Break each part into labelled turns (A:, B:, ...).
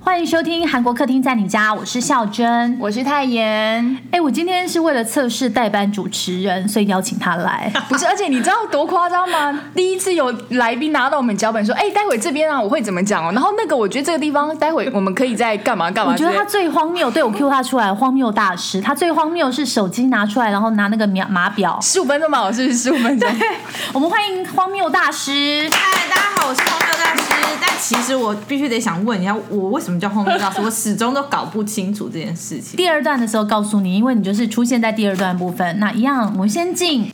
A: 欢迎收听《韩国客厅在你家》，我是孝珍。
B: 我是泰妍，
A: 哎，我今天是为了测试代班主持人，所以邀请他 来。
C: 不
B: 啊
C: 是，而且你知道多夸张吗？ 第一次有来宾拿到我们脚本说：“哎、待会这边啊，我会怎么讲哦。”然后那个，我觉得这个地方待会我们可以再干嘛干嘛
A: 我
C: 之
A: 觉得
C: 类的。
A: 他最荒谬，对我 Q 他出来，荒谬大师。他最荒谬是手机拿出来，然后拿那个秒码 表。
C: 十五分钟吧，我是十五分钟。
A: 我们欢迎荒谬大师。
D: 哎嗨，大家好，我是荒谬大师。但其实我必须得想问一下，我为什么叫荒谬大师？我始终都搞不清楚这件事情。，
A: 第二段的时候告诉你，因为你就是出现在第二段部分。那一样，我们先进。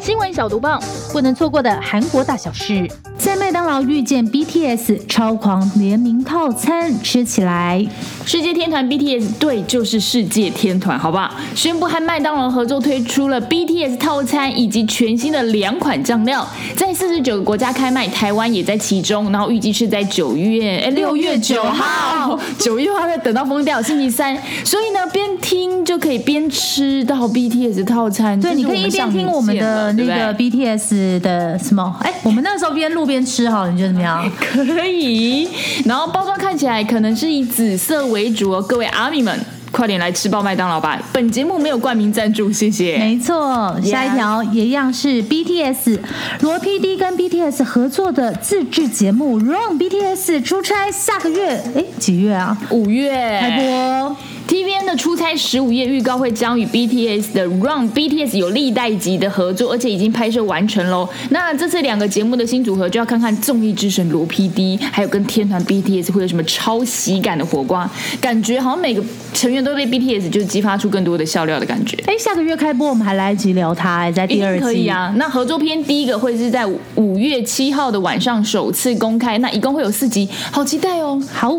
B: 新闻小毒棒，
A: 不能错过的韩国大小事，在麦当劳遇见 BTS 超狂联名套餐，吃起来。
B: 世界天团 BTS 对，就是世界天团，好不好？宣布和麦当劳合作推出了 BTS 套餐以及全新的两款酱料，在四十九个国家开卖，台湾也在其中。然后预计是在九月，哎，六月九号，九月号再等到疯掉，星期三。所以呢，边听就可以边吃到 BTS 套餐，
A: 对，
B: 这
A: 你
B: 是
A: 可以一边
B: 上
A: 听我们
B: 线了
A: 的
B: 对
A: 那
B: 不
A: 个
B: 对
A: BTS 的什么？哎，我们那时候边录边吃好了，你觉得怎么样？
B: 可以。然后包装看起来可能是以紫色为主哦，各位阿米们，快点来吃爆麦当劳吧！本节目没有冠名赞助，谢 谢。
A: 没错，下一条也一样是 BTS 罗 PD 跟 BTS 合作的自制节目《Run BTS 出差》，下个月哎几月啊？
B: 五
A: 开播
B: 月
A: 哦。
B: ，TVN 的出差十五夜预告会将与 BTS 的 Run BTS 有历代级的合作，而且已经拍摄完成喽。那这次两个节目的新组合就要看看综艺之神罗 PD，还有跟天团 BTS 会有什么抄袭感的火花，感觉好像每个成员都被 BTS 就激发出更多的笑料的感觉。
A: 哎，下个月开播，我们还来得及聊它，哎在
B: 一
A: 第二
B: 定
A: 季。
B: 可以啊。那合作篇第一个会是在五五月七号的晚上首次公开，那一共会有四集，好期待哦！
A: 好，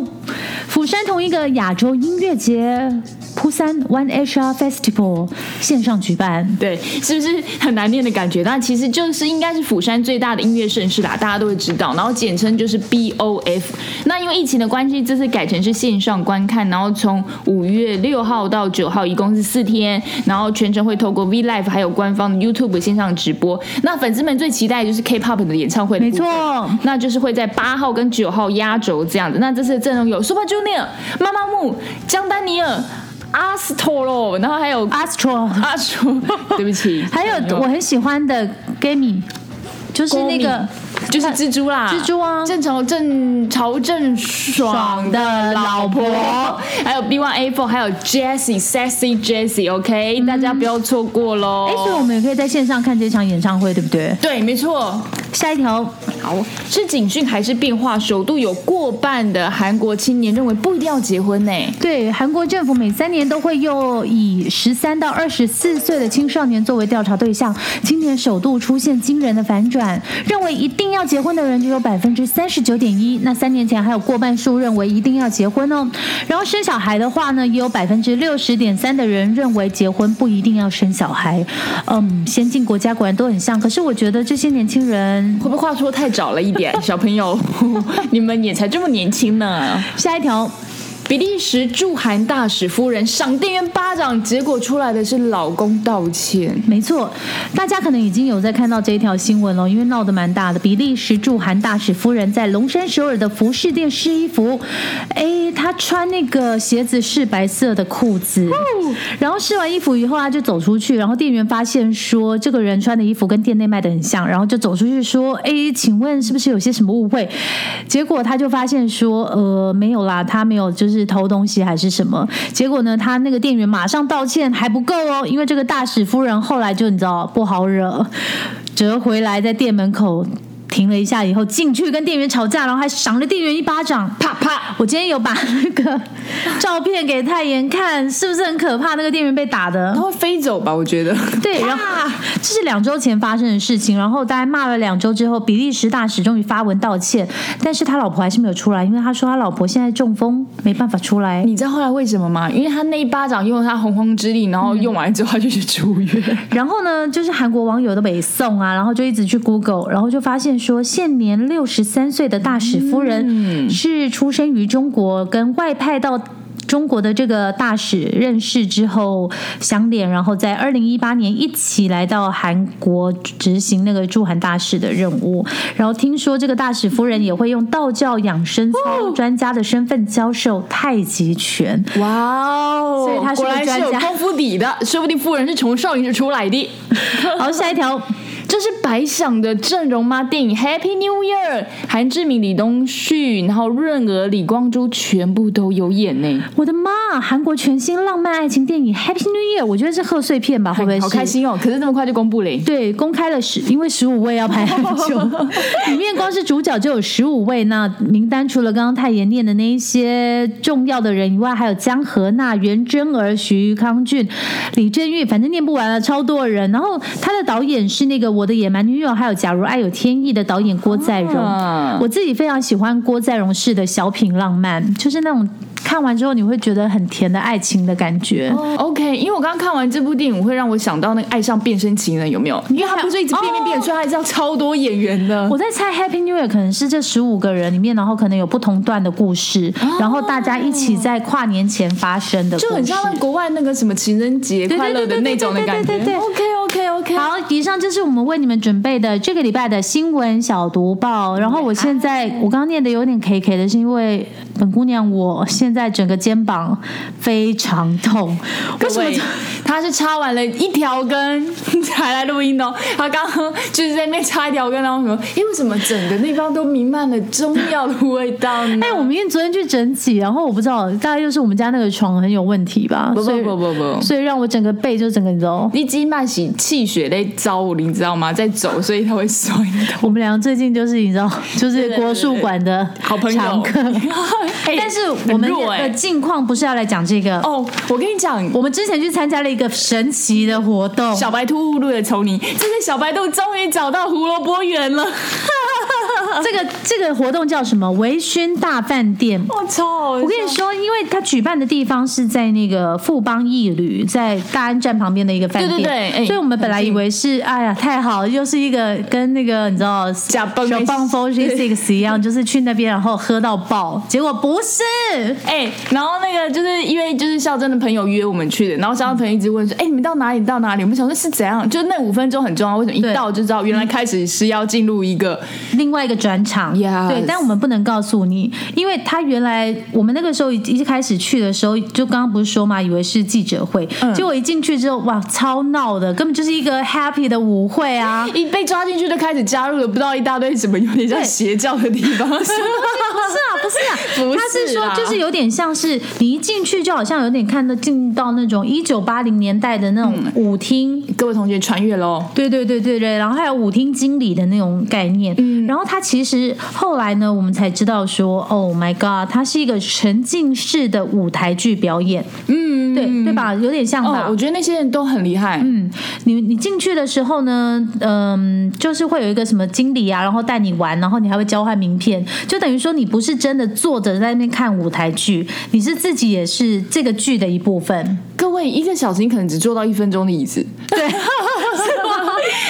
A: 釜山同一个亚洲音乐节，釜山 One Asia Festival 线上举办。
B: 对，是不是很难念的感觉？但其实就是应该是釜山最大的音乐盛事啦，大家都会知道，然后简称就是 BOF。那因为疫情的关系，这次改成是线上观看，然后从五月六号到九号，一共是四天，然后全程会透过 V Live 还有官方的 YouTube 线上直播。那粉丝们最期待的就是 K-pop 的演唱会的
A: 没
B: 部分，
A: 错
B: 那就是会在八号跟九号压轴这样子。那这次的阵容有 Super Junior、妈妈木、江丹尼尔、阿斯托罗，然后还
A: 啊
B: 有
A: Astro，
B: 阿叔， 对不起，
A: 还有我很喜欢的 Gamy，就是那个
B: 就是蜘蛛啦，
A: 蜘蛛啊
B: 郑朝郑曹郑爽的老婆，还有 B One A Four，还有 Jessie Sexy Jessie，OK，、大家不要错过喽。
A: 哎，所以我们也可以在线上看这场演唱会，对不对？
B: 对，没错，
A: 下一条，
B: 好，是警讯还是变化？首度有过半的韩国青年认为不一定要结婚呢、
A: 对韩国政府每三年都会又以十三到二十四岁的青少年作为调查对象，今年首度出现惊人的反转，认为一定要结婚的人只有百分之三十九点一，那三年前还有过半数认为一定要结婚哦。然后生小孩的话呢，也有百分之六十点三的人认为结婚不一定要生小孩。嗯，先进国家果然都很像，可是我觉得这些年轻人
B: 会不会话说太早了一点？小朋友， 你们也才这么年轻呢。
A: 下一条。
B: 比利时驻韩大使夫人赏店员巴掌，结果出来的是老公道歉。
A: 没错，大家可能已经有在看到这一条新闻了，因为闹得蛮大的。比利时驻韩大使夫人在龙山首尔的服饰店试衣服，哎，她穿那个鞋子是白色的裤子，然后试完衣服以后，她就走出去，然后店员发现说这个人穿的衣服跟店内卖的很像，然后就走出去说，哎，请问是不是有些什么误会？结果她就发现说，呃，没有啦，她没有就是偷东西还是什么。结果呢，她那个店员马上道歉还不够哦，因为这个大使夫人后来就你知道不好惹，折回来在店门口。停了一下以后进去跟店员吵架，然后还赏了店员一巴掌，啪啪！我今天有把那个照片给泰妍看，是不是很可怕？那个店员被打的
C: 它，会飞走吧？我觉得。
A: 对，然后这是两周前发生的事情，然后大概骂了两周之后，比利时大使终于发文道歉，但是他老婆还是没有出来，因为他说他老婆现在中风，没办法出来。
C: 你知道后来为什么吗？因为他那一巴掌用了他洪荒之力，然后用完之后他就去出 院。
A: 然后呢，就是韩国网友都北宋啊，然后就一直去 Google，然后就发现说，现年六十三岁的大使夫人是出生于中国，跟外派到。中国的这个大使认识之后相恋，然后在二零一八年一起来到韩国执行那个驻韩大使的任务。然后听说这个大使夫人也会用道教养生操专家的身份教授太极拳。
C: 哇哦！
A: 所以他是
C: 果
A: 个
C: 然是有
A: 专家
C: 功夫底的，说不定夫人是从少林寺出 来的。
A: 好，下一条
B: 这是白想的阵容吗？电影《Happy New Year》，韩志明、李东旭，然后润娥、李光洙全部都有演呢、
A: 我的妈！韩国全新浪漫爱情电影《Happy New Year》，我觉得是贺岁片吧，会不会是？
B: 好开。心哦！可是这么快就公布嘞，
A: 对，公开了十，因为十五位要排很久，里面光是主角就有十五位。那名单除了刚刚太妍念的那一些重要的人以外，还有江河娜、袁真儿、徐康俊、李正玉，反正念不完了，超多人。然后他的导演是那个《我的野蛮女友》，还有《假如爱有天意》的导演郭在荣。
B: 啊
A: 我自己非常喜欢郭在荣式的小品浪漫，就是那种看完之后你会觉得很甜的爱情的感觉。
B: OK，因为我刚刚看完这部电影，会让我想到那个《爱上变身情人》，有没有？因为他不是一直变
C: 哦
B: 变变，所以他还是要超多演员的。
A: 我在猜 Happy New Year 可能是这十五个人里面，然后可能有不同段的故事，然后大家一起在跨年前发生的故事，
B: 哦就很像那国外那个什么情人节
A: 对对
B: 快乐的那种的感觉。
A: 对对对对对对
B: OK OK OK，
A: 好，以上就是我们为你们准备的这个礼拜的新闻小读
B: 嗯
A: 报。然后我现在我刚刚念的有点 K K 的，是因为本姑娘我现在整个肩膀非常痛，为什么
B: 对？他是插完了一条根才来录音的、哦，他刚刚就是在那边插一条根，然后什么？哎，为什么整个地方都弥漫了中药的味道呢？
A: 哎、我们因为昨天去整脊，然后我不知道，大概就是我们家那个床很有问题吧，
B: 不
A: 所以
B: 不不不不
A: 所以让我整个背就整个你知道，
B: 你鸡脉洗气血在招我，你知道吗？在走，所以他会酸的。
A: 我们俩最近就是你知 道，就是
B: 对
A: 国术馆的
B: 好朋友
A: 常客，
B: 哎
A: 但是我们
B: 很弱
A: 的
B: 哎
A: 近况不是要来讲这个，
B: 哦，我跟你讲，
A: 我们之前去参加了一个神奇的活动，
B: 小白兔误入了丛林，这次小白兔终于找到胡萝卜园了，
A: 这个这个活动叫什么？微醺大饭店。
B: 我操！
A: 我跟你说，因为它举办的地方是在那个富邦一旅，在大安站旁边的一个饭店，
B: 对对对哎
A: 所以我们本来以为是，哎呀，太好，又是一个跟那个你知道
B: 假蹦
A: 小蹦 f o r t Six 一 样，就是去那边然后喝到爆，结果不是，
B: 哎、然后那个就是因为就是孝珍的朋友约我们去的，然后孝珍朋友一直问说，哎、你们到哪里？你到哪里？我们想说是怎样？就是那五分钟很重要，为什么一
A: 对
B: 到就知道原来开始是要进入一个
A: 另外一个转场
B: Yes。
A: 对，但我们不能告诉你，因为他原来我们那个时候一一开始去的时候，就刚刚不是说嘛，以为是记者会，结果一进去之后，哇，超闹的，根本就是一个 happy 的舞会啊
B: 一被抓进去就开始加入了，不知道一大堆什么有点像
A: 对
B: 邪教的地方。哦
A: 不是啊，不是啊，
B: 不是
A: 他是说
B: 啦
A: 就是有点像是你一进去就好像有点看到进到那种一九八零年代的那种
B: 嗯
A: 舞厅，
B: 各位同学穿越喽！
A: 对对对对对，然后还有舞厅经理的那种概念。嗯，然后它其实后来呢，我们才知道说，Oh my God，它是一个沉浸式的舞台剧表演。嗯，对对吧？有点像吧？
B: 哦，我觉得那些人都很厉害。
A: 嗯，你你进去的时候呢，嗯，就是会有一个什么经理啊，然后带你玩，然后你还会交换名片，就等于说你不是真的坐着在那边看舞台剧，你是自己也是这个剧的一部分。
B: 各位，一个小时你可能只坐到一分钟的椅子，
A: 对，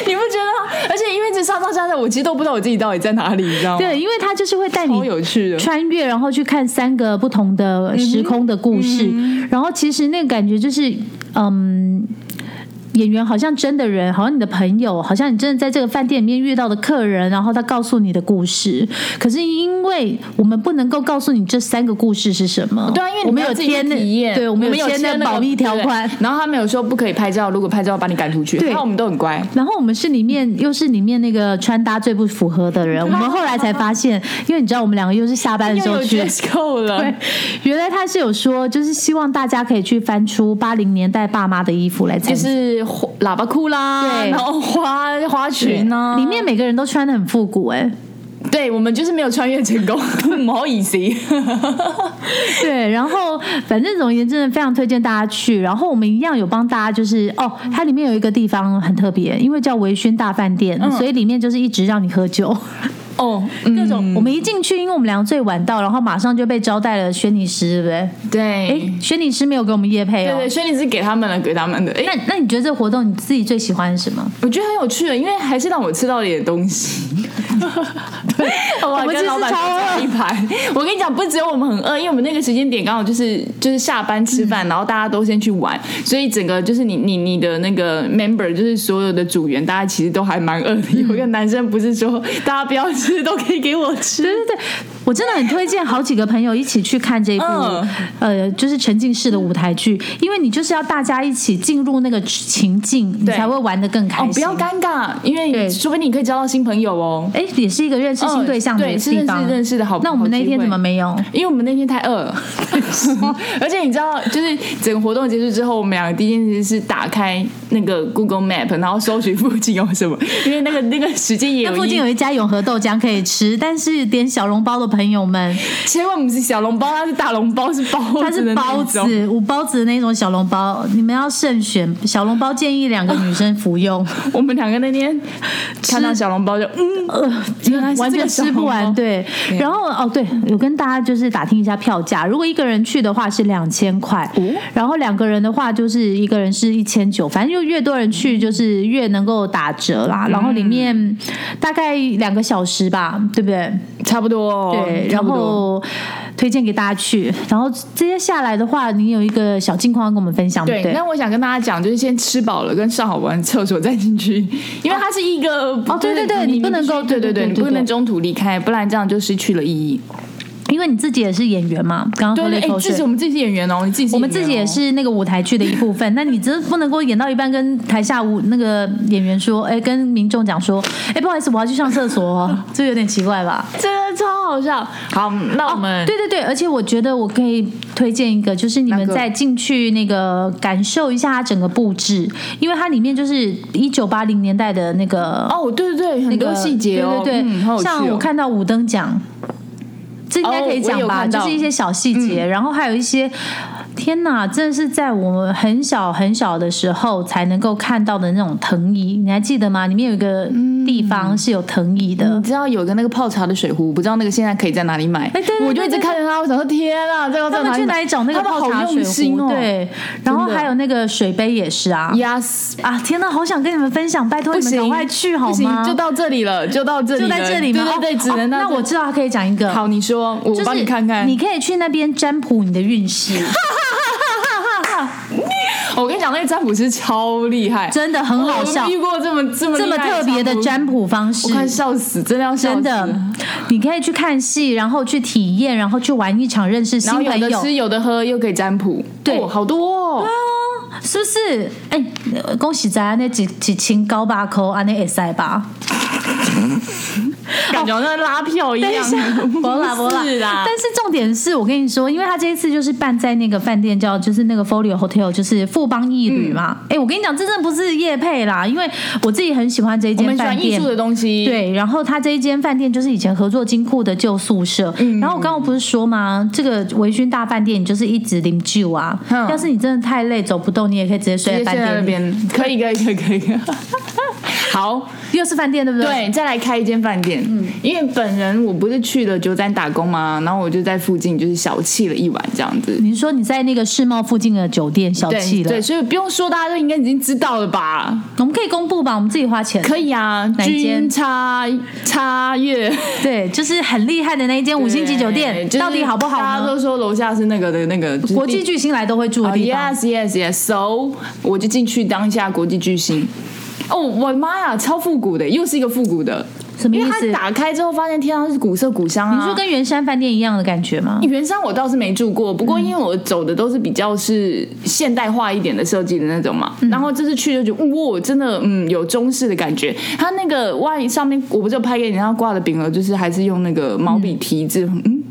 B: 你不觉得吗？而且因为这上上下下，我其实都不知道我自己到底在哪里，你知道吗？，
A: 对，因为他就是会带你
B: 超有趣的。
A: 穿越，然后去看三个不同
B: 嗯
A: 的时空的故事，然后其实那个感觉就是，嗯。演员好像真的人，好像你的朋友，好像你真的在这个饭店里面遇到的客人，然后他告诉你的故事。可是因为我们不能够告诉你这三个故事是什么，
B: 对啊，因为你
A: 哦我们
B: 要
A: 有
B: 自己去
A: 签那
B: 体验，
A: 对我们有签
B: 那
A: 那
B: 个
A: 保密条款
B: 对。然后他们有说不可以拍照，如果拍照把你赶出去。
A: 对
B: 还好我们都很乖。
A: 然后我们是里面又是里面那个穿搭最不符合的人，我们后来才发现，因为你知道我们两个又是下班的时
B: 又
A: 候
B: 有
A: 去，
B: dress code 了
A: 对，，原来他是有说，就是希望大家可以去翻出八零年代爸妈的衣服来参
B: 就
A: 加。
B: 是喇叭裤啦，
A: 对
B: 然后花花裙啊，
A: 里面每个人都穿的很复古哎、
B: 对我们就是没有穿越成功， 不好意思。
A: 对，然后反正总而言之，真的非常推荐大家去。然后我们一样有帮大家，就是哦，它里面有一个地方很特别，因为叫维轩大饭店，所以里面就是一直让你喝酒。
B: 哦，嗯
A: 各种，我们一进去，因为我们两个最晚到，然后马上就被招待了轩尼诗，对不对？
B: 对，
A: 哎，轩尼诗没有给我们夜配
B: 对
A: 哦。
B: 嗯对，所以你是给他们了，给他们的。哎，
A: 那那你觉得这活动你自己最喜欢是什么？
B: 我觉得很有趣的，因为还是让我吃到了一点 东西。对，我
A: 我们
B: 跟
A: 其实
B: 老板
A: 超饿
B: 加一盘。我跟你讲，不只有我们很饿，因为我们那个时间点刚好就是就是下班吃
A: 嗯
B: 饭，然后大家都先去玩，所以整个就是你你你的那个 member 就是所有的组员，大家其实都还蛮饿的。
A: 嗯
B: 有一个男生不是说大家不要吃，都可以给我吃。
A: 对对对， 我真的很推荐好几个朋友一起去看这部、
B: 嗯
A: 呃，就是沉浸式的舞台剧，因为你就是要大家一起进入那个情境，你
B: 对
A: 才会玩的更开
B: 哦
A: 心。，
B: 不要尴尬，因为
A: 对
B: 说不定你可以交到新朋友哦。
A: 哎，也是一个认识新对象的
B: 对是
A: 地方，
B: 认识认识的好
A: 那我们那一天
B: 好机会
A: 怎么没有？
B: 因为我们那天太饿 了，而且你知道，就是整个活动结束之后，我们两个第一件事是打开那个 Google Map，然后搜寻附近有什么，因为那个那个时间也
A: 那
B: 有
A: 附近
B: 一。
A: 有一家永和豆浆可以吃，但是点小笼包的朋友们，
B: 千万不是小笼包，它是大笼包，是包子，
A: 它是包子。、五包子的那种小笼包，你们要慎选。小笼包建议两个女生服用，
B: 我们两个那天看到小笼包就嗯，原来是这个
A: 完全吃不
B: 小笼
A: 完。
B: 包
A: 对，然后哦，对，有跟大家就是打听一下票价，如果一个人去的话是两千块，
B: 哦
A: 然后两个人的话就是一个人是一千九，反正就越多人去就是越能够打折
B: 嗯
A: 啦。然后里面大概两个小时吧，对不对？
B: 差不多哦，
A: 对，
B: 差
A: 然
B: 不多
A: 后推荐给大家去。然后接下来的话，你有一个小近况要跟我们分享，对
B: 对，
A: 不对？
B: 那我想跟大家讲，就是先吃饱了，跟上好完厕所再进去，因为它是一个哦
A: 对对对你不能够
B: 对对
A: 对
B: 对，
A: 对
B: 你
A: 对
B: 不
A: 对
B: 能中途离开，不然这样就失去了意义。
A: 因为你自己也是演员嘛，刚刚
B: 对
A: 喝了
B: 对，
A: 一
B: 哎，
A: 口
B: 自
A: 水
B: 己。我们自己演员哦，你自己是
A: 我们
B: 演员
A: 自己也
B: 哦。
A: 是那个舞台剧的一部 分，那你真不能够演到一半跟台下舞那个演员说，哎，跟民众讲说，哎，不好意思，我要去上厕所、 哦，这有点奇怪吧？
B: 这个超好笑，好，
C: 哦
B: 那我们、
A: 对对对，而且我觉得我可以推荐一个，就是你
B: 哪
A: 们
B: 个
A: 再进去那个感受一下它整个布置，因为它里面就是一九八零年代的那个
B: 哦，对对对，
A: 那
B: 很
A: 个
B: 多细节哦，
A: 对对对，
B: 嗯好有趣
A: 像我
B: 哦。
A: 看到五等奖，这应该可以
B: 哦我
A: 讲
B: 有
A: 吧？
B: 看
A: 就
B: 到嗯
A: 是一些小细节，然后还有一些。天哪，真的是在我们很小很小的时候才能够看到的那种藤椅，你还记得吗？里面有一个
B: 嗯
A: 地方是有藤椅的，
B: 你知道有个那个泡茶的水壶，不知道那个现在可以在哪里买？
A: 哎对对
B: 我就一直
A: 对对
B: 看着它，我想说天啊，这个
A: 他
B: 在
A: 们去哪
B: 哪
A: 里找那个
B: 他们
A: 泡茶
B: 好
A: 水
B: 用心
A: 壶？
B: 哦。
A: 对，然后
B: 真的
A: 还有那个水杯也是啊。
B: ，yes，
A: 啊，天哪，好想跟你们分享，拜托
B: 不
A: 你们赶
B: 行，
A: 快去好
B: 不
A: 吗？
B: 行，就到这里了，就到这里
A: 就
B: 了，
A: 在这里吗？
B: 对对对，
A: 哦
B: 只能
A: 哦
B: 到
A: 那
B: 这
A: 我
B: 里
A: 知道，可以讲一个。
B: 好，你说，我
A: 就是
B: 帮你看看。
A: 你可以去那边占卜你的运势，
B: 我跟你讲，那个占卜师超厉害，
A: 真的很好笑
B: 我没，遇过这么这么
A: 这么
B: 厉害
A: 特别的占
B: 卜
A: 卜方式
B: 师，我。快笑死，真的要笑
A: 真
B: 死
A: 的。，你可以去看戏，然后去体验，然后去玩一场，认识新
B: 然后
A: 朋
B: 有的
A: 友，
B: 吃，有的喝，又可以占卜，
A: 对
B: 哦好多哦。
A: 是不是？哎、呃恭喜咱那几几千高八扣啊，那 S I 吧。
B: 感觉好像拉票一
A: 等一
B: 样
A: 下， 博啦博
B: 不
A: 啦
B: 是啦，
A: 但是重点是我跟你说，因为他这一次就是办在那个饭店叫就是那个 Folio Hotel，就是富邦艺旅嘛。
B: 嗯
A: 哎、我跟你讲，这真的不是夜配啦，因为我自己很喜欢这一
B: 我
A: 间
B: 们喜
A: 饭
B: 欢艺
A: 店
B: 术。的东西，，
A: 对，然后他这一间饭店就是以前合作金库的旧宿舍。
B: 嗯
A: 然后我刚刚不是说吗？这个维醺大饭店你就是一直零旧啊。
B: 嗯
A: 要是你真的太累走不动，你也可以直接睡
B: 直接
A: 在饭
B: 睡在那
A: 店里。
B: 边，可以可以可以可以。可以 好，
A: 又是饭店，对不对？
B: 对，再来开一间饭店。嗯，因为本人我不是去了九站打工嘛，然后我就在附近就是小憩了一晚这样子。
A: 你说你在那个世贸附近的酒店小气
B: 嗯对
A: 了，
B: 对，所以不用说，大家都应该已经知道了吧？
A: 我们可以公布吧？我们自己花钱。
B: 可以啊，
A: 哪一间
B: 君差差月
A: 对，就是很厉害的那一间五星级酒
B: 对
A: 店，
B: 就是
A: 到底好不好
B: 大家
A: 呢？
B: 都说楼下是那个的那个
A: 国际。巨星来都会住的
B: 哦、
A: 地方
B: yes yes yes。So 我就进去当一下国际巨星。哦，我的妈呀，超复古的，又是一个复古的。
A: 什么
B: 因
A: 意
B: 为
A: 思
B: 它？打开之后发现天上是古色古香啊。
A: 你说跟圆山饭店一样的感觉吗？
B: 圆哎山我倒是没住过，不过因为我走的都是比较是现代化一点的设计的那种嘛，然后这次去就觉得哇，真的嗯有中式的感觉。它那个外上面我不是有拍给你，然后挂的匾额就是还是用那个毛笔题字，嗯，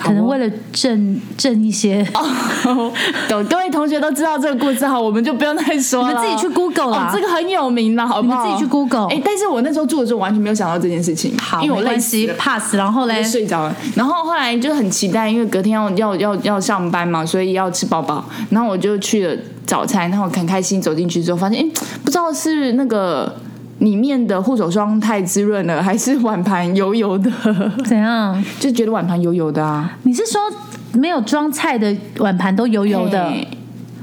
B: 好
A: 可能为了挣挣一些，
B: 哦， 懂，各位同学都知道这个故事哈，我们就不用再说了。
A: 你们自己去 Google
B: 哦
A: 啦，
B: 这个很有名了，好不好？
A: 你们自己去 Google
B: 哎、但是我那时候住的时候完全没有想到这件事情，
A: 好，
B: 因为我
A: 没
B: 累
A: 关
B: 死
A: 系
B: 了。
A: pass，然后嘞
B: 就，睡着了，然后后来就很期待，因为隔天要要要要上班嘛，所以要吃饱饱。然后我就去了早餐，然后很开心走进去之后，发现哎，不知道是那个里面的护手霜太滋润了，还是碗盘油油 的，
A: 怎样？
B: 就觉得碗盘油油的啊，
A: 你是说没有装菜的碗盘都油油的？
B: 嘿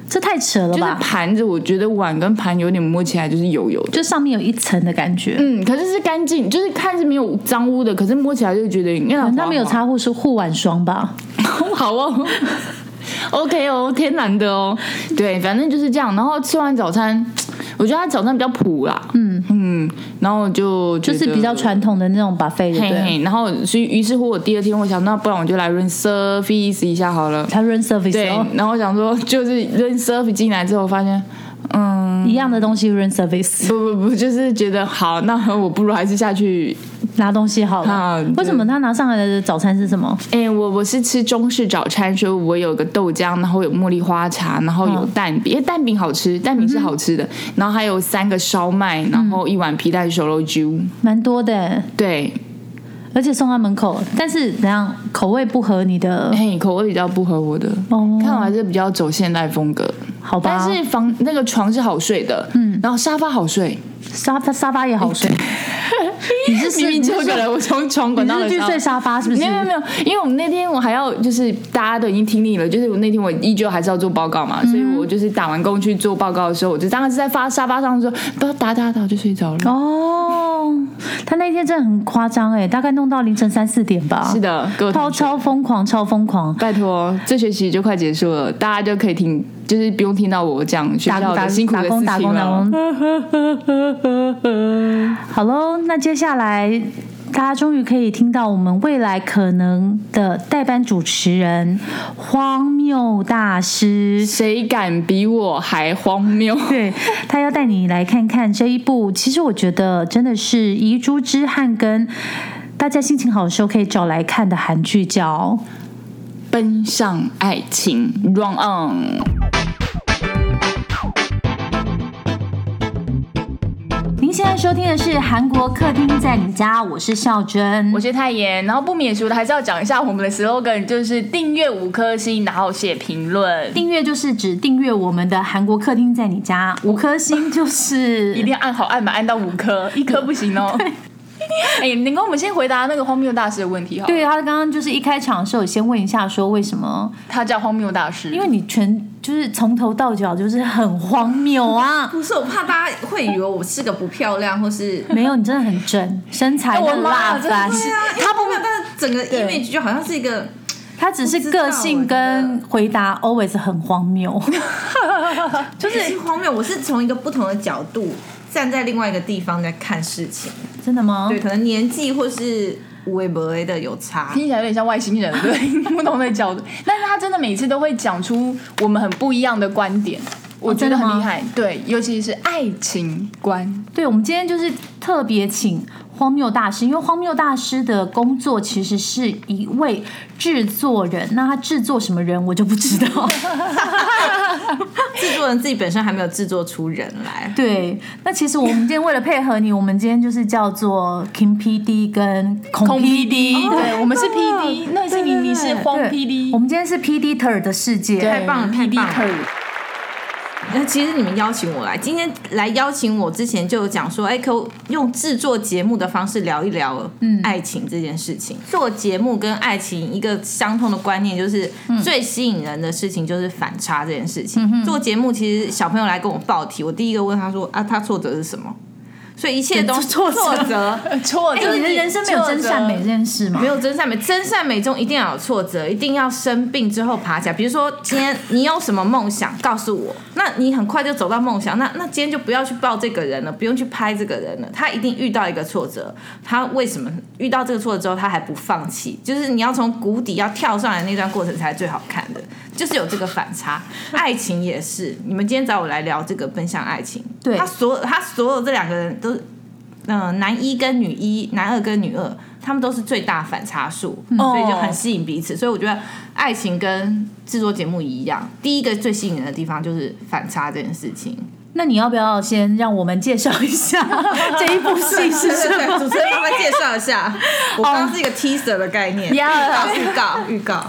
A: 这太扯了
B: 就是
A: 吧！
B: 盘子，我觉得碗跟盘有点摸起来就是油油的。
A: 就上面有一层的感觉。
B: 嗯，可是是干净，就是看是没有脏污的，可是摸起来就觉得哦应该
A: 难嗯道没有擦护是护腕霜吧？
B: 好哦。OK 哦，天然的哦，对，反正就是这样。然后吃完早餐，我觉得他早餐比较普啦，嗯嗯，然后就
A: 就是比较
B: 传。
A: 传统的那种 buffet，对不
B: 嘿
A: 对？
B: 嘿，然后所以于是乎，我第二天我想，那不然我就来 run surface 一下好了。
A: 它 room
B: 对
A: service 哦，，
B: 然后我想说，就是 run surface 进来之后，发现，嗯，
A: 一样的东西 room service，
B: 不不不，就是觉得好，那我不如还是下去。
A: 拿东西好
B: 啊
A: 了。为什么他拿上来的早餐是什么？
B: 哎、我我是吃中式早餐，所以我有个豆浆，然后有茉莉花茶，然后有
A: 嗯
B: 蛋饼，因为蛋饼好吃，蛋饼是好吃的。然后还有三个烧麦，然
A: 嗯
B: 后一碗皮蛋瘦肉粥。
A: 蛮多的，
B: 对，
A: 而且送到门口。但是怎样口味不合你的？
B: 嘿、哎口味比较不合我的，
A: 哦
B: 看我还是比较走现代风格。
A: 好吧，
B: 但是房那个床是好睡的，嗯，然后沙发好睡，
A: 沙发沙发也好 睡。你是
B: 明明
A: 你是
B: 就有人我从床滚
A: 你
B: 到
A: 是
B: 了
A: 去
B: 沙
A: 睡
B: 发。
A: 沙发是不 是
B: 没？有没有没有，因为我们那天我还要就是大家都已经听腻了，就是我那天我依旧还是要做报告嘛，
C: 嗯
B: 所以我就是打完工去做报告的时候，我就当时在发沙发上说不要打打打我就睡着了。
A: 哦，他那天真的很夸张哎，大概弄到凌晨三四点吧。
B: 是，的，各位同
A: 超
B: 学，
A: 超疯狂，超疯狂。
B: 拜托，这学期就快结束了，大家就可以听，就是不用听到我讲学
A: 打
B: 校
A: 工
B: 的
A: 打
B: 辛苦的
A: 打
B: 事
A: 工打
B: 情啊
A: 工打
B: 了。
A: 工。好喽，那接下来大家终于可以听到我们未来可能的代班主持人荒谬大师。
B: 谁敢比我还荒谬？
A: 对他要带你来看看这一部，其实我觉得真的是遗珠之憾跟大家心情好的时候可以找来看的韩剧，叫
B: 奔向爱情，Run on！
A: 《您现在收听的是韩国客厅在你家》，我是孝珍
C: 我。是泰妍，然后不免俗的还是要讲一下我们的 slogan，就是订阅五颗星，然后写评论，
A: 订阅就是指订阅我们的韩国客厅在你家，五颗星就
C: 一
A: 是
C: 定要按好按满，按到五颗，一颗不行哦。 哎，林哥，我们先回答那个荒谬大师的问题哈。，
A: 对他刚刚就是一开场的时候，先问一下说为什么？
C: 他叫荒谬大师，
A: 因为你全就是从头到脚就是很荒谬啊
D: 不是，我怕大家会以为我是个不漂亮，或是
A: 没有你真的很正，身材
C: 哎我
A: 很
C: 妈
A: 辣
C: 呀真的
A: 翻，
D: 对啊，他不没有，但是整个 image 就好像是一个
A: 他只是个性跟回答 always 很荒 谬，
D: 就是荒谬。我是从一个不同的角度，站在另外一个地方在看事情，
A: 真的吗？
D: 对，可能年纪或是微博的有差。
C: 听起来有点像外星人，对，不同的角度。但是他真的每次都会讲出我们很不一样的观点，我觉
A: 真
C: 得
A: 的
C: 很
A: 吗
C: 厉害。对，尤其是爱情观，
A: 对，我们今天就是特别请荒谬大师，因为荒谬大师的工作其实是一位制作人，那他制作什么人我就不知道。
D: 制作人自己本身还没有制作出人来，
A: 对，那其实我们今天为了配合你，我们今天就是叫做 Kim PD 跟孔 PD，
C: 哦对，我们是 PD，那是你，你是荒
A: 对
C: PD，
A: 我们今天是 PD t E 的世界。
D: 太棒了，太
C: ，PD
D: 棒了！
C: 特。
D: 那其实你们邀请我来，今天来邀请我之前就有讲说，哎、可用制作节目的方式聊一聊爱情这件事情。做节目跟爱情一个相通的观念，就是最吸引人的事情就是反差这件事情。做节目其实小朋友来跟我报题，我第一个问他说啊，他挫折是什么？所以一切都挫折，
C: 呃错，
A: 哎，
C: 就是
A: 你的人生没有真善美这件事吗？
D: 没有真善美，真善美中一定要有挫折，一定要生病之后爬起来。比如说今天你有什么梦想，告诉我，那你很快就走到梦想。那那今天就不要去抱这个人了，不用去拍这个人了。他一定遇到一个挫折，他为什么遇到这个挫折之后他还不放弃？就是你要从谷底要跳上来那段过程才是最好看的，就是有这个反差。爱情也是，你们今天找我来聊这个奔向爱情，
A: 对
D: 他所有他所有这两个人都嗯、呃男一跟女一，男二跟女二，他们都是最大反差数，所以就很吸引彼此。所以我觉得爱情跟制作节目一样，第一个最吸引人的地方就是反差这件事情。
A: 那你要不要先让我们介绍一下 这一部戏是什
D: 对对
A: 么？
D: 主持人要不要介绍一 下？我刚刚是一个 teaser 的概念，预告预告预告。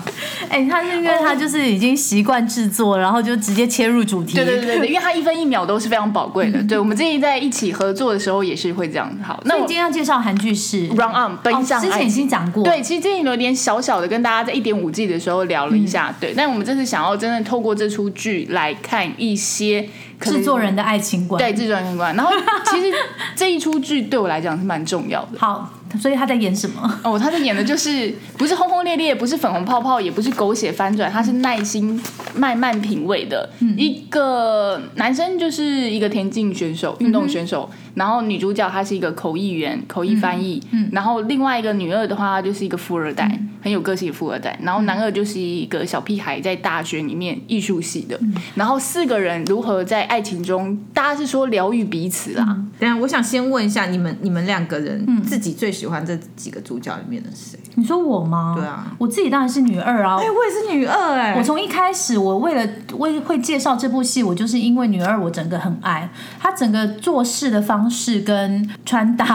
A: 哎、他是因为他就是已经习惯制作，然后就直接切入主题。
C: 对对对 对，因为它一分一秒都是非常宝贵 的。对，我们之前在一起合作的时候也是会这样。好，那
A: 那
C: 我
A: 我今天要介绍韩剧是
C: Run On 奔向
A: 哦之
C: 爱
A: 前已
C: 情。
A: 经讲过，
C: 对，其实之前有点小小的跟大家在一点五季的时候聊了一下，对。但我们这次想要真的透过这出剧来看一些可能
A: 制作人的爱情观。
C: 对制作人相关。然后其实这一出剧对我来讲是蛮重要的。
A: 好，所以他在演什么？
C: 哦，他在演的就是不是轰轰烈烈，不是粉红泡泡，也不是狗血翻转，他是耐心慢慢品味的、一个男生，就是一个田径选手、运动选手。然后女主角她是一个口译员、口译翻译，然后另外一个女二的话，她就是一个富二代，很有个性的富二代。然后男二就是一个小屁孩，在大学里面艺术系的。然后四个人如何在爱情中，大家是说疗愈彼此啦。
D: 等一下，我想先问一下你们，你们两个人自己最喜欢这几个主角里面的谁？
A: 你说我吗？
D: 对啊，哎
A: 我自己当然是女二啊。
D: 我也是女二哎、
A: 我从一开始，我为了为会介绍这部戏，我就是因为女二，我整个很爱她整个做事的方式跟穿搭。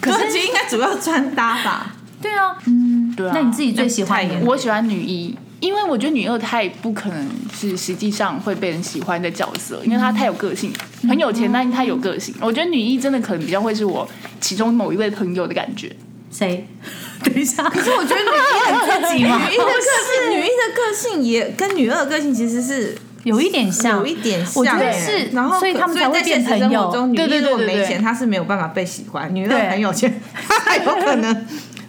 D: 可是其实应该主要穿搭吧？
A: 对啊，嗯，
C: 对啊
A: 那你自己最喜欢
D: 那
A: 的
D: 太？
C: 我喜欢女一，因为我觉得女二太不可能是实际上会被人喜欢的角色，因为她太有个性，很有钱，但是她有个性。我觉得女一真的可能比较会是我其中某一位朋友的感觉。
A: 谁？ 等一下，可
D: 可是我觉得女一很自 己嘛，女一的个
A: 哦
D: 性，女一的个性也跟女二的个性其实是
A: 有一点像，
D: 有一点像、
A: 我觉得
D: 哎
A: 是，
D: 然后
A: 所以他们才会
D: 在
A: 变
D: 现实
A: 朋
D: 生活
A: 友。
D: 中，女
C: 对对
D: 一
C: 对
D: 如果
C: 对对
D: 没钱，她是没有办法被喜欢；女
A: 对
D: 二很有钱，她有可能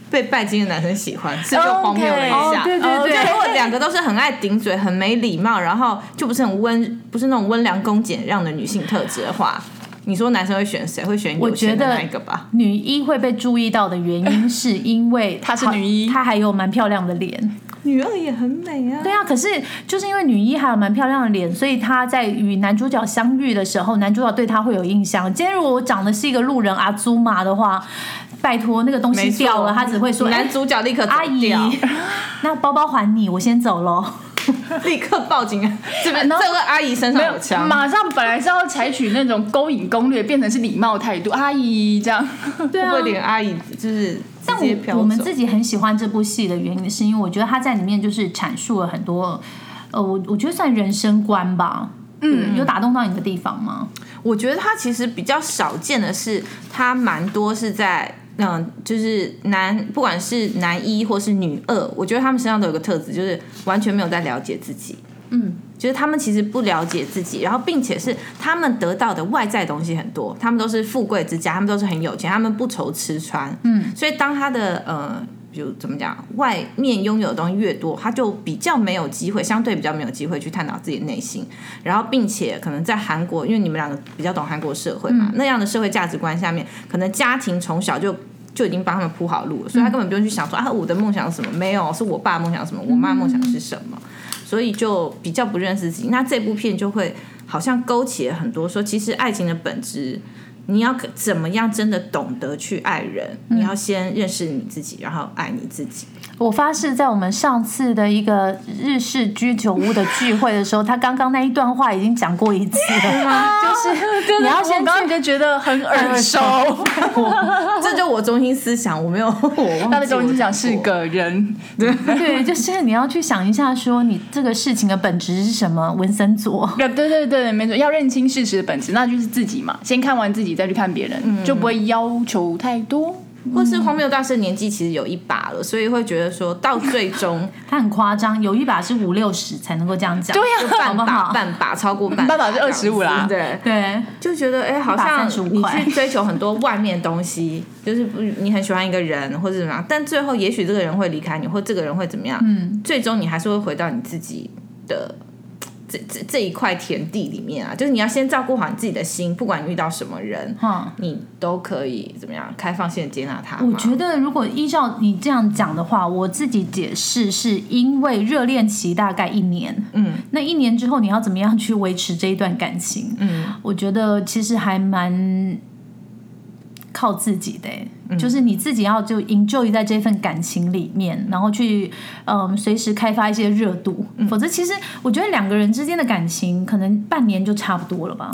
D: 被拜金的男生喜欢，是就荒谬了一
A: OK，哦。
D: 下
A: 对对
D: 哦
A: 对
D: 如果两个都是很爱顶嘴、很没礼貌，然后就不是很温，不是那种温良恭俭让的女性特质的话。你说男生会选谁？会选
A: 我
D: 有
A: 觉
D: 钱的
A: 得
D: 那一个吧？
A: 女一会被注意到的原 因，是因为
C: 她是女一
A: 她还有蛮漂亮的脸。
D: 女二也很美啊。
A: 对啊，可是就是因为女一还有蛮漂亮的脸，所以她在与男主角相遇的时候，男主角对她会有印象。今天如果我长得是一个路人阿祖玛的话，拜托那个东西
D: 没错
A: 掉了，他只会说
D: 男主角立刻
A: 哎阿
D: 走
A: 姨
D: 掉，
A: 那包包还你，我先走喽。
D: 立刻报警啊！这边
C: 然后
D: 这位阿姨身上有枪，
C: 马上本来是要采取那种勾引攻略，变成是礼貌态度，阿姨这样。
A: 对啊
D: 会不，会连阿姨就是
A: 但
D: 直接
A: 我
D: 飘
A: 我们
D: 走
A: 自己很喜欢这部戏的原因，是因为我觉得它在里面就是阐述了很多，呃，我我觉得算人生观吧。嗯，有打动到你的地方吗？
D: 我觉得他其实比较少见的是，他蛮多是在嗯、就是男不管是男一或是女二，我觉得他们身上都有个特质，就是完全没有在了解自己。嗯，就是他们其实不了解自己，然后并且是他们得到的外在东西很多，他们都是富贵之家，他们都是很有钱，他们不愁吃穿。嗯，所以当他的呃。比如怎么讲，外面拥有的东西越多，他就比较没有机会，相对比较没有机会去探讨自己的内心。然后并且可能在韩国，因为你们两个比较懂韩国社会
C: 嗯
D: 嘛，那样的社会价值观下面，可能家庭从小就。就已经帮他们铺好路了，所以他根本不用去想说、啊，我的梦想是什么？没有，是我爸的梦想是什么，我妈的梦想是什么，所以就比较不认识自己。那这部片就会好像勾起了很多说，其实爱情的本质，你要怎么样真的懂得去爱人，
C: 嗯
D: 你要先认识你自己，然后爱你自己。
A: 我发誓，在我们上次的一个日式居酒屋的聚会的时候，他刚刚那一段话已经讲过一次 了，就是你要先
C: 我刚刚就觉得很耳熟，
D: 这就我中心思想，我没有， 我忘
C: 他的
D: 记我
C: 中心想
D: 讲
C: 是
D: 过
C: 个人，
A: 对，就是你要去想一下，说你这个事情的本质是什么。文森佐，
C: 对对对对，没错，要认清事实的本质，那就是自己嘛。先看完自己，再去看别人，就不会要求太多。
D: 或是
A: 嗯
D: 荒谬大师的年纪其实有一把了，所以会觉得说到最 终
A: 他很夸张，有一把是五六十才能够这样讲，
C: 对呀啊
D: 就
A: 好
D: 半
A: 不
D: 把
A: 好？
D: 半把超过半
C: 半把是25啦
D: 这样子对，
A: 对，
D: 就觉得哎、好
A: 把
D: 像
A: 35
D: 你
A: 块
D: 去追求很多外面的东西，就是不你很喜欢一个人或者怎么样，但最后也许这个人会离开你，或这个人会怎么样，嗯，最终你还是会回到你自己的。这这这一块田地里面啊，就是你要先照顾好你自己的心，不管你遇到什么人，
A: 嗯
D: 你都可以怎么样开放性地接纳他嘛。
A: 我觉得如果依照你这样讲的话，我自己解释是因为热恋期大概一年，嗯，那一年之后你要怎么样去维持这一段感情？嗯，我觉得其实还蛮靠自己的、欸
D: 嗯
A: 就是你自己要就 enjoy 在这份感情里面，然后去嗯随时开发一些热度，
D: 嗯
A: 否则其实我觉得两个人之间的感情可能半年就差不多了吧。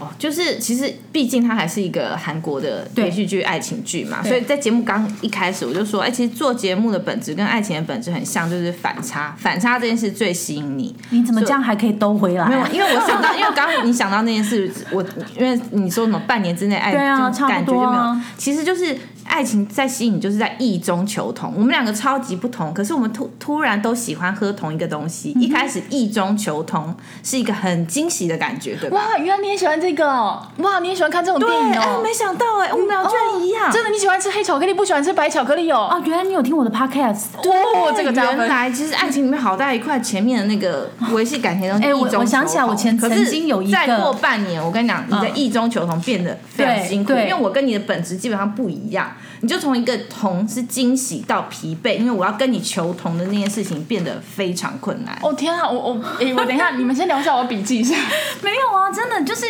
D: 哦，就是其实毕竟它还是一个韩国的连续剧、爱情剧嘛，所以在节目刚一开始我就说，哎、其实做节目的本质跟爱情的本质很像，就是反 差，反差这件事最吸引你。
A: 你怎么这样还可以兜回来、
D: 没有，因为我想到，因为刚刚你想到那件事，我因为你说什么半年之内爱，
A: 对啊
D: 就感
A: 差不
D: 觉
A: 多
D: 就没
A: 啊
D: 有，其实就是爱情在吸引，就是在异中求同。我们两个超级不同，可是我们突突然都喜欢喝同一个东
A: 嗯
D: 西。一开始异中求同是一个很惊喜的感觉，对吧？
C: 哇，原来你也喜欢这个哦！哇，你也喜欢看这种电
D: 对，
C: 影
D: 哎，
C: 哦
D: 我？没想到
A: 嗯
D: 哎，我们俩居然一
A: 哦
D: 样，
C: 真的，你喜欢吃黑巧克力，不喜欢吃白巧克力哦？
A: 啊，原来你有听我的 podcast，
C: 哦，这个加
D: 原
C: 分。
D: 来其实爱情里面好大一块，前面的那个维系感情的东西。
A: 哎我
D: 异中
A: 我想起来
D: 求同
A: 我前
D: 可是
A: 曾经有一个嗯
D: 再过半年，我跟你讲，你的意中求同变得非常辛苦，
A: 对
D: 因
A: 对
D: 为我跟你的本质基本上不一样，你就从一个同是惊喜到疲惫，因为我要跟你求同的那件事情变得非常困难。
C: 哦天啊，我我诶，我等一下，你们先聊一下，我笔记一下。
A: 没有啊，真的就是。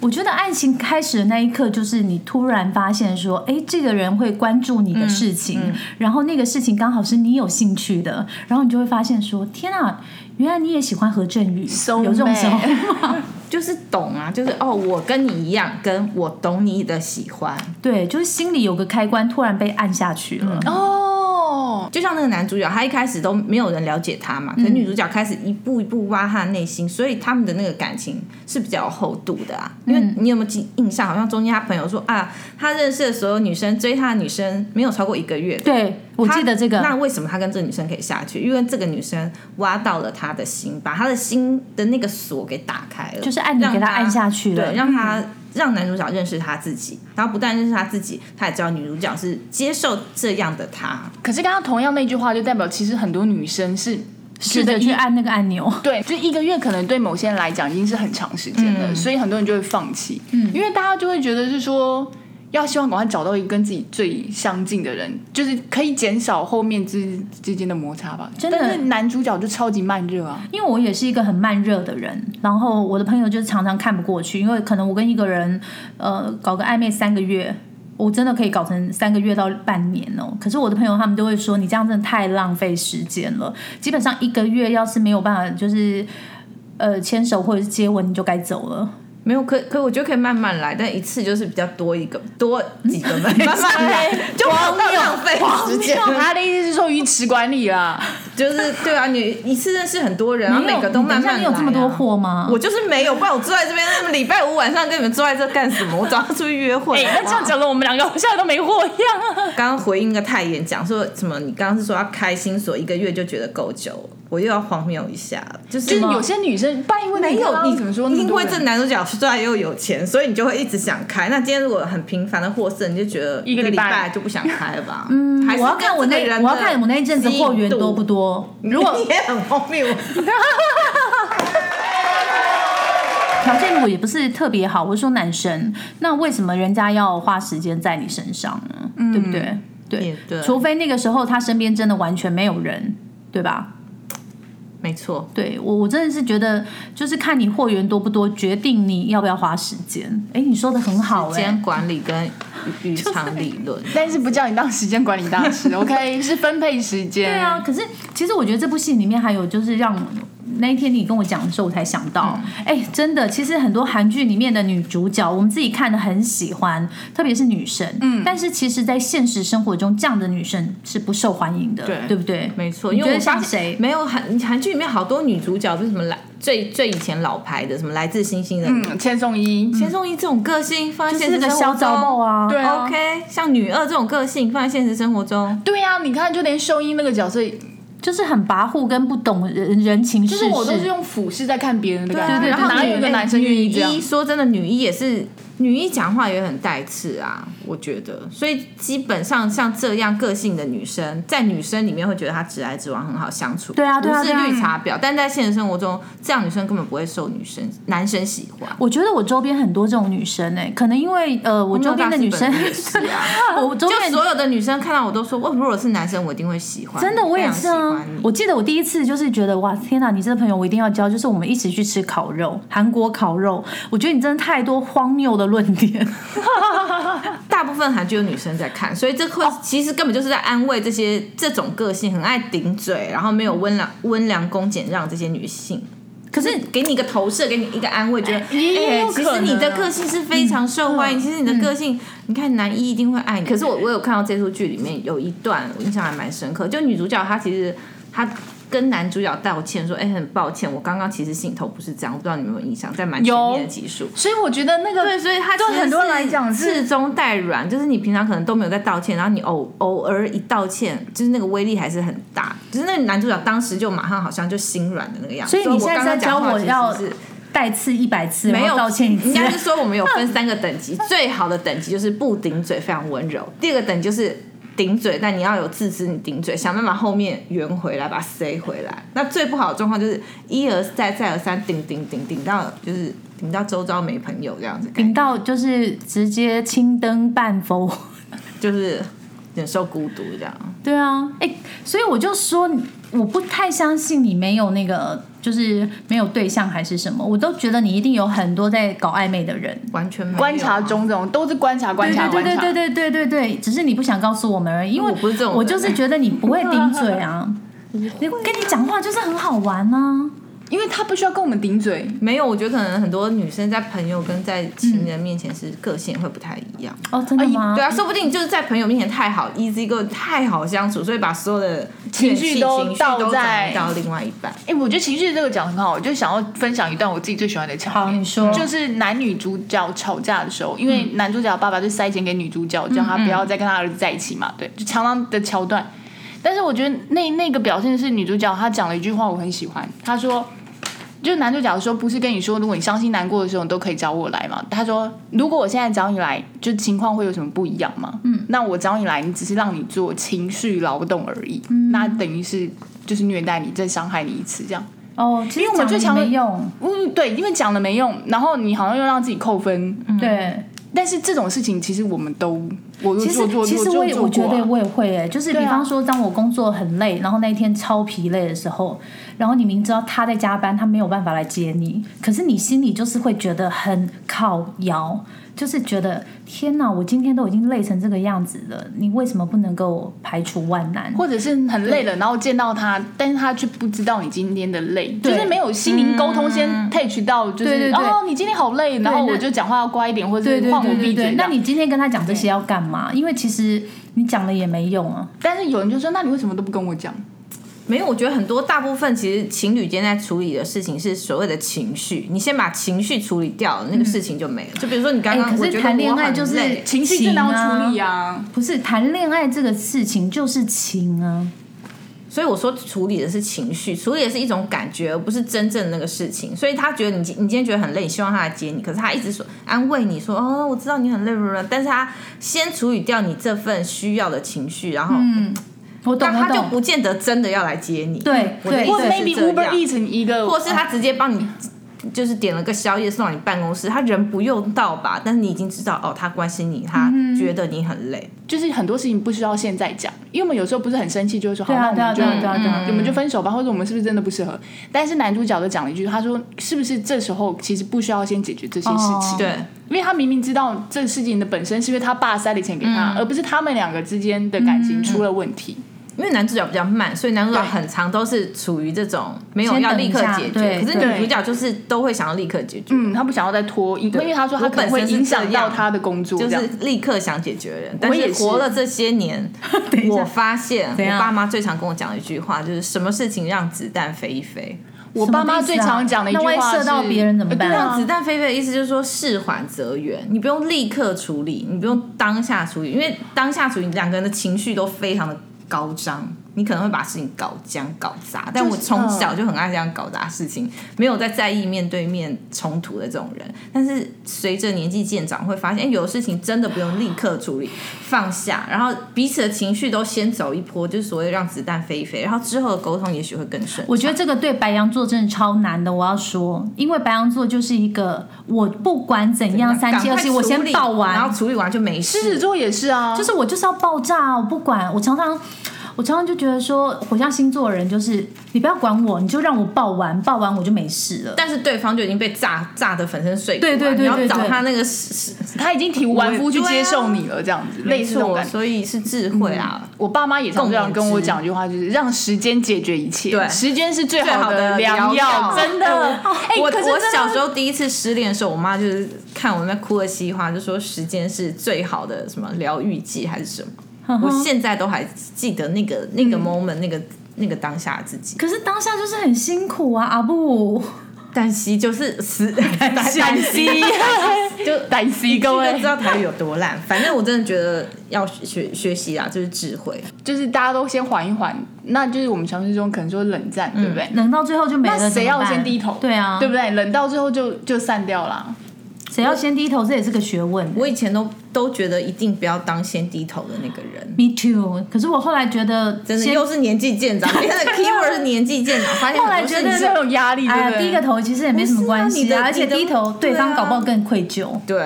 A: 我觉得爱情开始的那一刻，就是你突然发现说，哎，这个人会关注你的事情，然后那个事情刚好是你有兴趣的，然后你就会发现说，天啊，原来你也喜欢何振宇
C: So
A: 有这种时候
D: 就是懂啊，就是哦，我跟你一样，跟我懂你的喜欢。
A: 对，就是心里有个开关突然被按下去了，
C: 哦，
D: 就像那个男主角，他一开始都没有人了解他
A: 嗯
D: 嘛，可是女主角开始一步一步挖他的内心，所以他们的那个感情是比较有厚度的啊。
A: 嗯
D: 因为你有没有记印象？好像中间他朋友说啊，他认识的所有女生追他的女生没有超过一个月的。
A: 对我
D: 他
A: 记得这个，
D: 那为什么他跟这个女生可以下去？因为这个女生挖到了他的心，把他的心的那个锁给打开了，
A: 就是按钮给
D: 让
A: 他
D: 他
A: 按下去了嗯
D: 对，让他让男主角认识他自己，然后不但认识他自己，他也知道女主角是接受这样的他。
C: 可是刚刚同样那句话，就代表其实很多女生是
A: 试着去按那个按钮，
C: 对，就一个月可能对某些人来讲已经是很长时间了，所以很多人就会放弃，嗯，因为大家就会觉得是说。要希望赶快找到一个跟自己最相近的人，就是可以减少后面之之间的摩擦吧。
A: 真的
C: 但是男主角就超级慢热啊，
A: 因为我也是一个很慢热的人，然后我的朋友就是常常看不过去，因为可能我跟一个人呃搞个暧昧三个月。我真的可以搞成三个月到半年哦，可是我的朋友他们都会说你这样真的太浪费时间了。基本上一个月要是没有办法就是呃牵手或者是接吻，你就该走了。
D: 没有，可可我觉得可以慢慢来，但一次就是比较多一个多几个 嘛，慢慢来，就不要浪费时间。
C: 他的意思是说鱼池管理啦，
D: 就是对啊，你一次认识很多人，然后
A: 哦你有
D: 每个都慢慢来、啊。
A: 你等一下你有这么多货吗？
D: 我就是没有，不然我坐在这边，那么礼拜五晚上跟你们坐在这干什么？我早上出去约会。
C: 哎、 那这样讲的我们两个好像都没货一样啊。
D: 刚刚回应那个太妍讲说什么？你刚刚是说要开心所一个月就觉得够久了，我又要荒谬一下了，就是
C: 就是有些女生，不然因为
D: 没有，
C: 你
D: 你
C: 怎么说那么
D: 因
C: 多
D: 为
C: 人？
D: 这男主角虽然又有钱，所以你就会一直想开。那今天如果很频繁的获胜，你就觉得
C: 一个
D: 个
C: 礼
D: 礼
C: 拜
D: 拜就不想开了 吧？嗯
A: 我要看我那我要看我那一阵子货源多不。多。如果
D: 你也很荒谬，
A: 条件如果也不是特别好，我是说男生，那为什么人家要花时间在你身上呢？对不对？对
D: 嗯也，对
A: 除非那个时候他身边真的完全没有人，对吧？
D: 没错。
A: 对我，我真的是觉得，就是看你货源多不多，决定你要不要花时间。哎，你说的很好、
D: 时
A: 哎
D: 间，管理 跟渔场理论，
C: 但是不叫你当时间管理大师，OK？是 分配时间。
A: 对啊。可是其实我觉得这部戏里面还有就是让那一天你跟我讲的时候，我才想到，
D: 嗯
A: 哎、真的，其实很多韩剧里面的女主角，我们自己看的很喜欢，特别是女生，嗯，但是其实，在现实生活中，这样的女生是不受欢迎的，
C: 对
A: 对不对？
D: 没错。
A: 你
D: 因
A: 觉
D: 为
A: 得
D: 我发
A: 像
D: 现
A: 谁？
D: 没有韩韩剧里面好多女主角，就是什么来最最以前老牌的，什么来自星星的
C: 嗯，千颂伊，
D: 钱钟怡这种个性放在现
A: 是
D: 实
A: 个
D: 生
A: 小
D: 活
A: 早爆
D: 中
A: 啊，
C: 对啊
D: ，OK，像女二这种个性放在现实生活中，
C: 对呀、啊，你看，就连秀英那个角色，
A: 就是很跋扈跟不懂人人情世
C: 就
A: 事。
C: 是我都是用俯视在看别人的感觉，
D: 啊
A: 对对对
C: 然后
A: 对
C: 哪有一个男生愿意这样
D: 哎女？一说真的，女一也是女一讲话也很带刺啊，我觉得。所以基本上像这样个性的女生，在女生里面会觉得她直来直往，很好相处。
A: 对啊对啊
D: 不是
A: 对啊
D: 绿茶婊，但在现实生活中，这样女生根本不会受女生男生喜欢。
A: 我觉得我周边很多这种女生哎、可能因为呃，我周边的女生
D: 我没有大四本也是啊
A: 我周
D: 就
A: 边
D: 所有的女生看到我都说，哦我如果是男生，我一定会喜欢。
A: 真的，我也
D: 非
A: 是
D: 常喜
A: 啊
D: 欢你。
A: 我记得我第一次就是觉得哇，天哪，你这个朋友我一定要交，就是我们一起去吃烤肉，韩国烤肉。我觉得你真的太多荒谬的论点，
D: 大大部分韩剧有女生在看，所以这会其实根本就是在安慰这些这种个性很爱顶嘴，然后没有温良温良恭俭让这些女性。可是给你一个投射，给你一个安慰，觉得哎、
C: 也有
D: 其
C: 可
D: 实
C: 能
D: 你的个性是非常受欢迎，其实你的个性，你看男一一定会爱嗯你。可是我我有看到这出剧里面有一段，我印象还蛮深刻，就女主角她其实她。跟男主角道歉说：“哎、很抱歉，我刚刚其实心头不是这样，我不知道你们有没有印象，在蛮前面的集数。”
C: 所以我觉得那个
D: 对，所以他
C: 对
D: 其实
C: 很多人
D: 是
C: 来讲是
D: 是中带软，就是你平常可能都没有在道歉，然后你偶偶尔一道歉，就是那个威力还是很大。就是那个男主角当时就马上好像就心软的那个样子。
A: 所以你现在
D: 我刚刚
A: 在教
D: 讲话
A: 我
D: 其实
A: 要
D: 是
A: 带刺一百次，
D: 没
A: 然
D: 有
A: 后道歉一次
D: 应，该是说我们有分三个等 级，最好的等级就是不顶嘴，非常温柔；第二个等级就是顶嘴，但你要有自知，你顶嘴，想办法后面圆回来，把它塞回来。那最不好的状况就是一而再，再而三，顶顶顶顶到就是顶到周遭没朋友这样子感觉，
A: 顶到就是直接青灯半否。
D: 就是忍受孤独这样。
A: 对啊，哎、所以我就说，我不太相信你没有那个，就是没有对象还是什么，我都觉得你一定有很多在搞暧昧的人。
D: 完全没有啊
C: 观察中这种都是观察观察
A: 对
C: 观
A: 对
C: 察，哦
A: 对对对对对，只是你不想告诉我们而已，因为
D: 我不是这种人
A: 我就是觉得你不会顶嘴 啊，你跟你讲话就是很好玩啊。
C: 因为他不需要跟我们顶嘴，
D: 没有，我觉得可能很多女生在朋友跟在情人面前是个性会不太一样。
A: 哦，真的吗？
D: 对啊，说不定就是在朋友面前太好，easy go 太好相处，所以把所有的
C: 情绪
D: 怨气
C: 都
D: 情绪
C: 倒
D: 都转
C: 在
D: 移到另外一半。
C: 哎、我觉得情绪这个讲得很好，我就想要分享一段我自己最喜欢的场面。
A: 好你说
C: 就是男女主角吵架的时候，因为男主角的爸爸就塞钱给女主角，叫他不要再跟他儿子在一起嘛，对，就常常的桥段。但是我觉得那那个表现是女主角她讲了一句话，我很喜欢，她说。就是男主角说，不是跟你说，如果你伤心难过的时候，你都可以找我来嘛。他说，如果我现在找你来，就情况会有什么不一样吗？嗯，那我找你来，你只是让你做情绪劳动而已，
A: 嗯
C: 那等于是就是虐待你，再伤害你一次这样。
A: 哦，其实
C: 因为我最
A: 讲
C: 常
A: 了也没用，
C: 嗯，对，因为讲了没用，然后你好像又让自己扣分。
A: 嗯对。
C: 但是这种事情其实我们都，我
A: 其
C: 做
A: 实
C: 做
A: 其实我也我
C: 做
A: 觉
C: 过
A: 得
C: 啊。
A: 我也会哎、就是比
C: 对啊
A: 方说，当我工作很累，然后那一天超疲累的时候，然后你明知道他在加班，他没有办法来接你，可是你心里就是会觉得很靠摇，就是觉得天哪，我今天都已经累成这个样子了，你为什么不能够排除万难？
C: 或者是很累了，然后见到他，但是他却不知道你今天的累，就
A: 对嗯
C: 是没有心灵沟通，先 touch 到，就是
A: 对对对
C: 哦，你今天好累，然后
A: 那
C: 我就讲话要乖一点，或者
A: 对
C: 是
A: 对
C: 换我
A: 对
C: 闭
A: 对
C: 嘴
A: 对，
C: 这
A: 那
C: 样。
A: 你今天跟他讲这些要干嘛？因为其实你讲了也没用啊。
C: 但是有人就说，那你为什么都不跟我讲？
D: 没有，我觉得很多大部分其实情侣间在处理的事情是所谓的情绪，你先把情绪处理掉，那个事情就没了。就比如说你刚
A: 哎
D: 刚，
A: 可
D: 我
A: 是
D: 觉得
A: 谈恋
D: 我
A: 爱
D: 很
A: 就是
D: 累
C: 情绪真的要处理啊，
A: 不是谈恋爱这个事情就是情啊，
D: 所以我说处理的是情绪，处理的是一种感觉，而不是真正的那个事情。所以他觉得你今你今天觉得很累，你希望他来接你，可是他一直说安慰你说哦，我知道你很累，但是他先处理掉你这份需要的情绪，然后、
A: 我嗯懂
D: 但
A: 我
D: 他就
A: 懂。
D: 不见得真的要来接你。
A: 对
D: 我的
A: 对
D: 意
C: 或
D: 思
A: 对
D: 是
C: maybe
D: 这
C: Uber
D: 样
C: Eats 一个，
D: 或是他直接帮你。就是点了个宵夜送到你办公室，他人不用到吧，但是你已经知道哦，他关心你，他
A: 嗯
D: 觉得你很累，
C: 就是很多事情不需要现在讲，因为我们有时候不是很生气，就会说好，
A: 对
C: 那
A: 啊
C: 我
A: 对啊
C: 们就
A: 对啊对啊对啊
C: 我们就分手吧，或者我们是不是真的不适合？但是男主角就讲了一句，他说是不是这时候其实不需要先解决这些事情，
A: 哦
D: 对，
C: 因为他明明知道这个事情的本身是因为他爸塞了钱给他，而不是他们两个之间的感情出了问题。
D: 因为男主角比较慢，所以男主角
C: 对
D: 很长都是处于这种没有
A: 先
D: 要
A: 等
D: 立
A: 一
D: 刻
A: 下
D: 解
A: 对
D: 决，可是
C: 对
D: 女主角就是都会想要立刻解决，
C: 嗯，他不想要再拖，因为他说他
D: 我
C: 可能
D: 本
C: 会
D: 身是
C: 影响
D: 这
C: 到
D: 样
C: 他的工作，
D: 就
C: 这样
D: 是立刻想解决人。但
C: 我也
D: 是
C: 是
D: 活了这些年，
A: 等一下
D: 我发现
A: 怎样
D: 我爸妈最常跟我讲的一句话就是：什么事情让子弹飞一飞？
C: 我爸妈最常讲的一句话
A: 啊那
C: 是，
A: 万一射到别人怎么办
C: 呃对
D: 让
C: 啊
D: 子弹飞飞的意思就是说事缓则圆，你不用立刻处理，你不用当下处理，因为当下处理两个人的情绪都非常的高涨，你可能会把事情搞僵搞砸。但我从小就很爱这样搞砸事情，没有在在意面对面冲突的这种人。但是随着年纪渐长，会发现、哎有的事情真的不用立刻处理，放下，然后彼此的情绪都先走一波，就是所谓让子弹飞一飞，然后之后的沟通也许会更顺畅。
A: 我觉得这个对白羊座真的超难的，我要说，因为白羊座就是一个我不管怎样三七二十一，
D: 赶快
A: 我
D: 处
A: 先
D: 理
A: 爆
D: 然
A: 完
D: 后，处理完就没事。
C: 狮子座也是啊，
A: 就是我就是要爆炸，我不管，我常常。我常常就觉得说，火象星座的人就是你不要管我，你就让我爆完，爆完我就没事了。
D: 但是对方就已经被炸炸的粉身碎骨，啊
A: 对对对对
D: 你要找
A: 对
D: 他那个是是
C: 他已经体无完肤去接受你了，这样子，类似这种
D: 错，
C: 感觉。
D: 所以啊是智慧啦。
C: 我爸妈也常这样跟我讲一句话，就是让时间解决一切，
D: 对
C: 时间是最
D: 最好
C: 好的
D: 的
C: 良
D: 药，
C: 药，真的。哎，
D: 我
C: 可是
D: 我
C: 真的
D: 小时候第一次失恋的时候，我妈就是看我那哭的稀里哗啦，就说时间是最好的什么疗愈剂还是什么。我现在都还记得那个那个 moment，、那个那个当下的自己。
A: 可是当下就是很辛苦啊，阿布。
D: 但惜就是死，但
C: 胆西，就胆西各
D: 就
C: 位
D: 知，道台语有多烂。反正我真的觉得要学学习啦，就是智慧。
C: 就是大家都先缓一缓，那就是我们传说中可能说冷战，对不对？
A: 冷到最后就没了，
C: 那谁
A: 嗯怎么
C: 要
A: 办
C: 先低头？
A: 对啊，
C: 对不对？冷到最后就就散掉了。
A: 谁要先低头，这也是个学问。
D: 我以前都都觉得一定不要当先低头的那个人，
A: Me too。可是我后来觉得，
D: 真的
A: 先
D: 又是年纪 渐长，现在的 keyword 是年纪渐长，发现
A: 后来
D: 很多
A: 觉
D: 事
A: 得
D: 情
C: 这种压力，对
A: 哎
C: 不
A: 呀，
C: 对？
A: 低个头其实也没什么关
D: 不
A: 系
D: 是啊你的
A: 而且低头
D: 你的
A: 对方
D: 对啊
A: 搞不好更愧疚。
D: 对，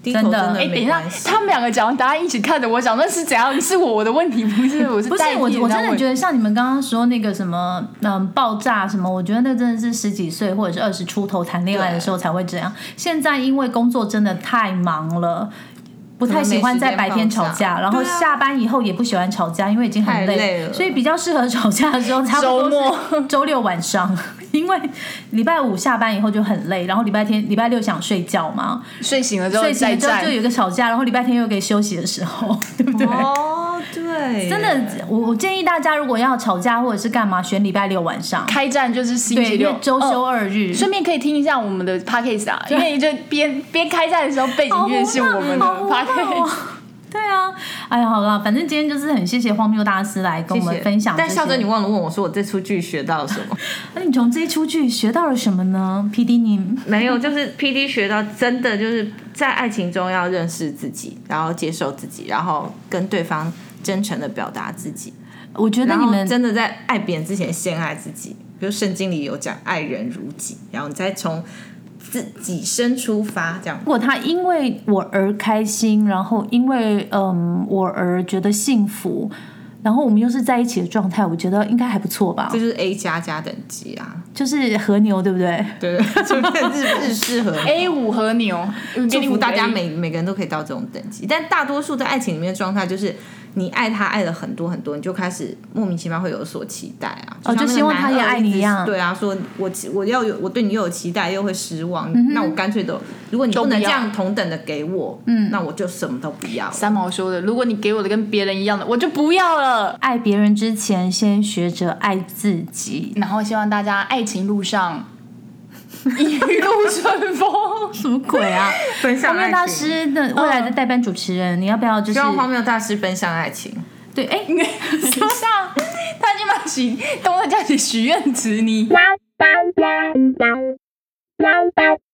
D: 低头
A: 真
D: 真
A: 的
D: 的
C: 哎，等
D: 没
C: 一下
D: 关，系。
C: 他们两个讲完答案一起看着我讲，那是怎样？是我我的问题，不是 我是
A: 不是
C: 代替
A: 我，我真的觉
C: 得
A: 得像你们刚刚说那个什么，嗯，爆炸什么，我觉得那真的是十几岁或者是二十出头谈恋爱的时候才会这样。现在因为工作真的太忙了。不太喜欢在白天吵架，
D: 可
A: 然
D: 能没
A: 后
D: 时间爆炸对啊
A: 下班以后也不喜欢吵架，因为已经很
D: 太累了
A: 所以比较适合吵架的时候，差不多是
C: 周末、
A: 周六晚上，因为礼拜五下班以后就很累，然后礼拜天、礼拜六想睡觉嘛，
C: 睡醒了之后
A: 睡醒
C: 再
A: 了之后
C: 战
A: 就。有一个吵架，然后礼拜天又可以休息的时候，对不对？
D: 哦，对，
A: 真的，我我建议大家如果要吵架或者是干嘛，选礼拜六晚上，
C: 开战就是星
A: 对，
C: 期
A: 因
C: 六
A: 为周休
C: 哦
A: 二日。
C: 顺便可以听一下我们的 podcast 啊，因为就边边开战的时候，背景乐是我们的
A: 好胡闹好胡闹
C: podcast。
A: 哦对啊，哎呀，好啦，反正今天就是很谢谢荒谬大师来跟我们分享这
D: 但
A: 些。
D: 校长，你忘了问我说我这出剧学到了什 么？
A: 那你从这一出剧学到了什么呢？P D 你
D: 没有，就是 P D 学到真的就是在爱情中要认识自己，然后接受自己，然后跟对方真诚的表达自己，
A: 我觉得
D: 然
A: 你
D: 后
A: 们
D: 真的在爱别人之前先爱自己。比如圣经里有讲爱人如己，然后你再从自己身出发，这样
A: 如果他因为我而开心，然后因为嗯我而觉得幸福，然后我们又是在一起的状态，我觉得应该还不错吧
D: 这，就是 A 加加等级啊，
A: 就是和牛，对不对？
D: 对，就是日日适合你。
C: A 五和牛，
D: 祝福大家
C: 每。
D: 每每个人都可以到这种等级，但大多数在爱情里面的状态就是，你爱他爱了很多很多，你就开始莫名其妙会有所期待啊，
A: 哦
D: 像
A: 就
D: 那个
A: 希望他
D: 男
A: 也
D: 二
A: 爱你
D: 直
A: 一样
D: 对啊，说我我要有我对你又有期待又会失望，那我干脆都，如果你
C: 都
D: 不
C: 不
D: 能
C: 要
D: 这样同等的给我，嗯，那我就什么都不要。
C: 三毛说的，如果你给我的跟别人一样的，我就不要了。
A: 爱别人之前，先学着爱自己。
C: 然后希望大家爱情路上一路顺风。
A: 什么鬼 啊？
D: 分享
A: 荒谬大，师的未来的代班主持人，你要不要就是
D: 嗯希望荒谬大师分享爱情。
A: 对？哎，
C: 以上，他今晚许东了叫你许愿池，你。
E: Wow, wow, wow, wow. Wow, wow,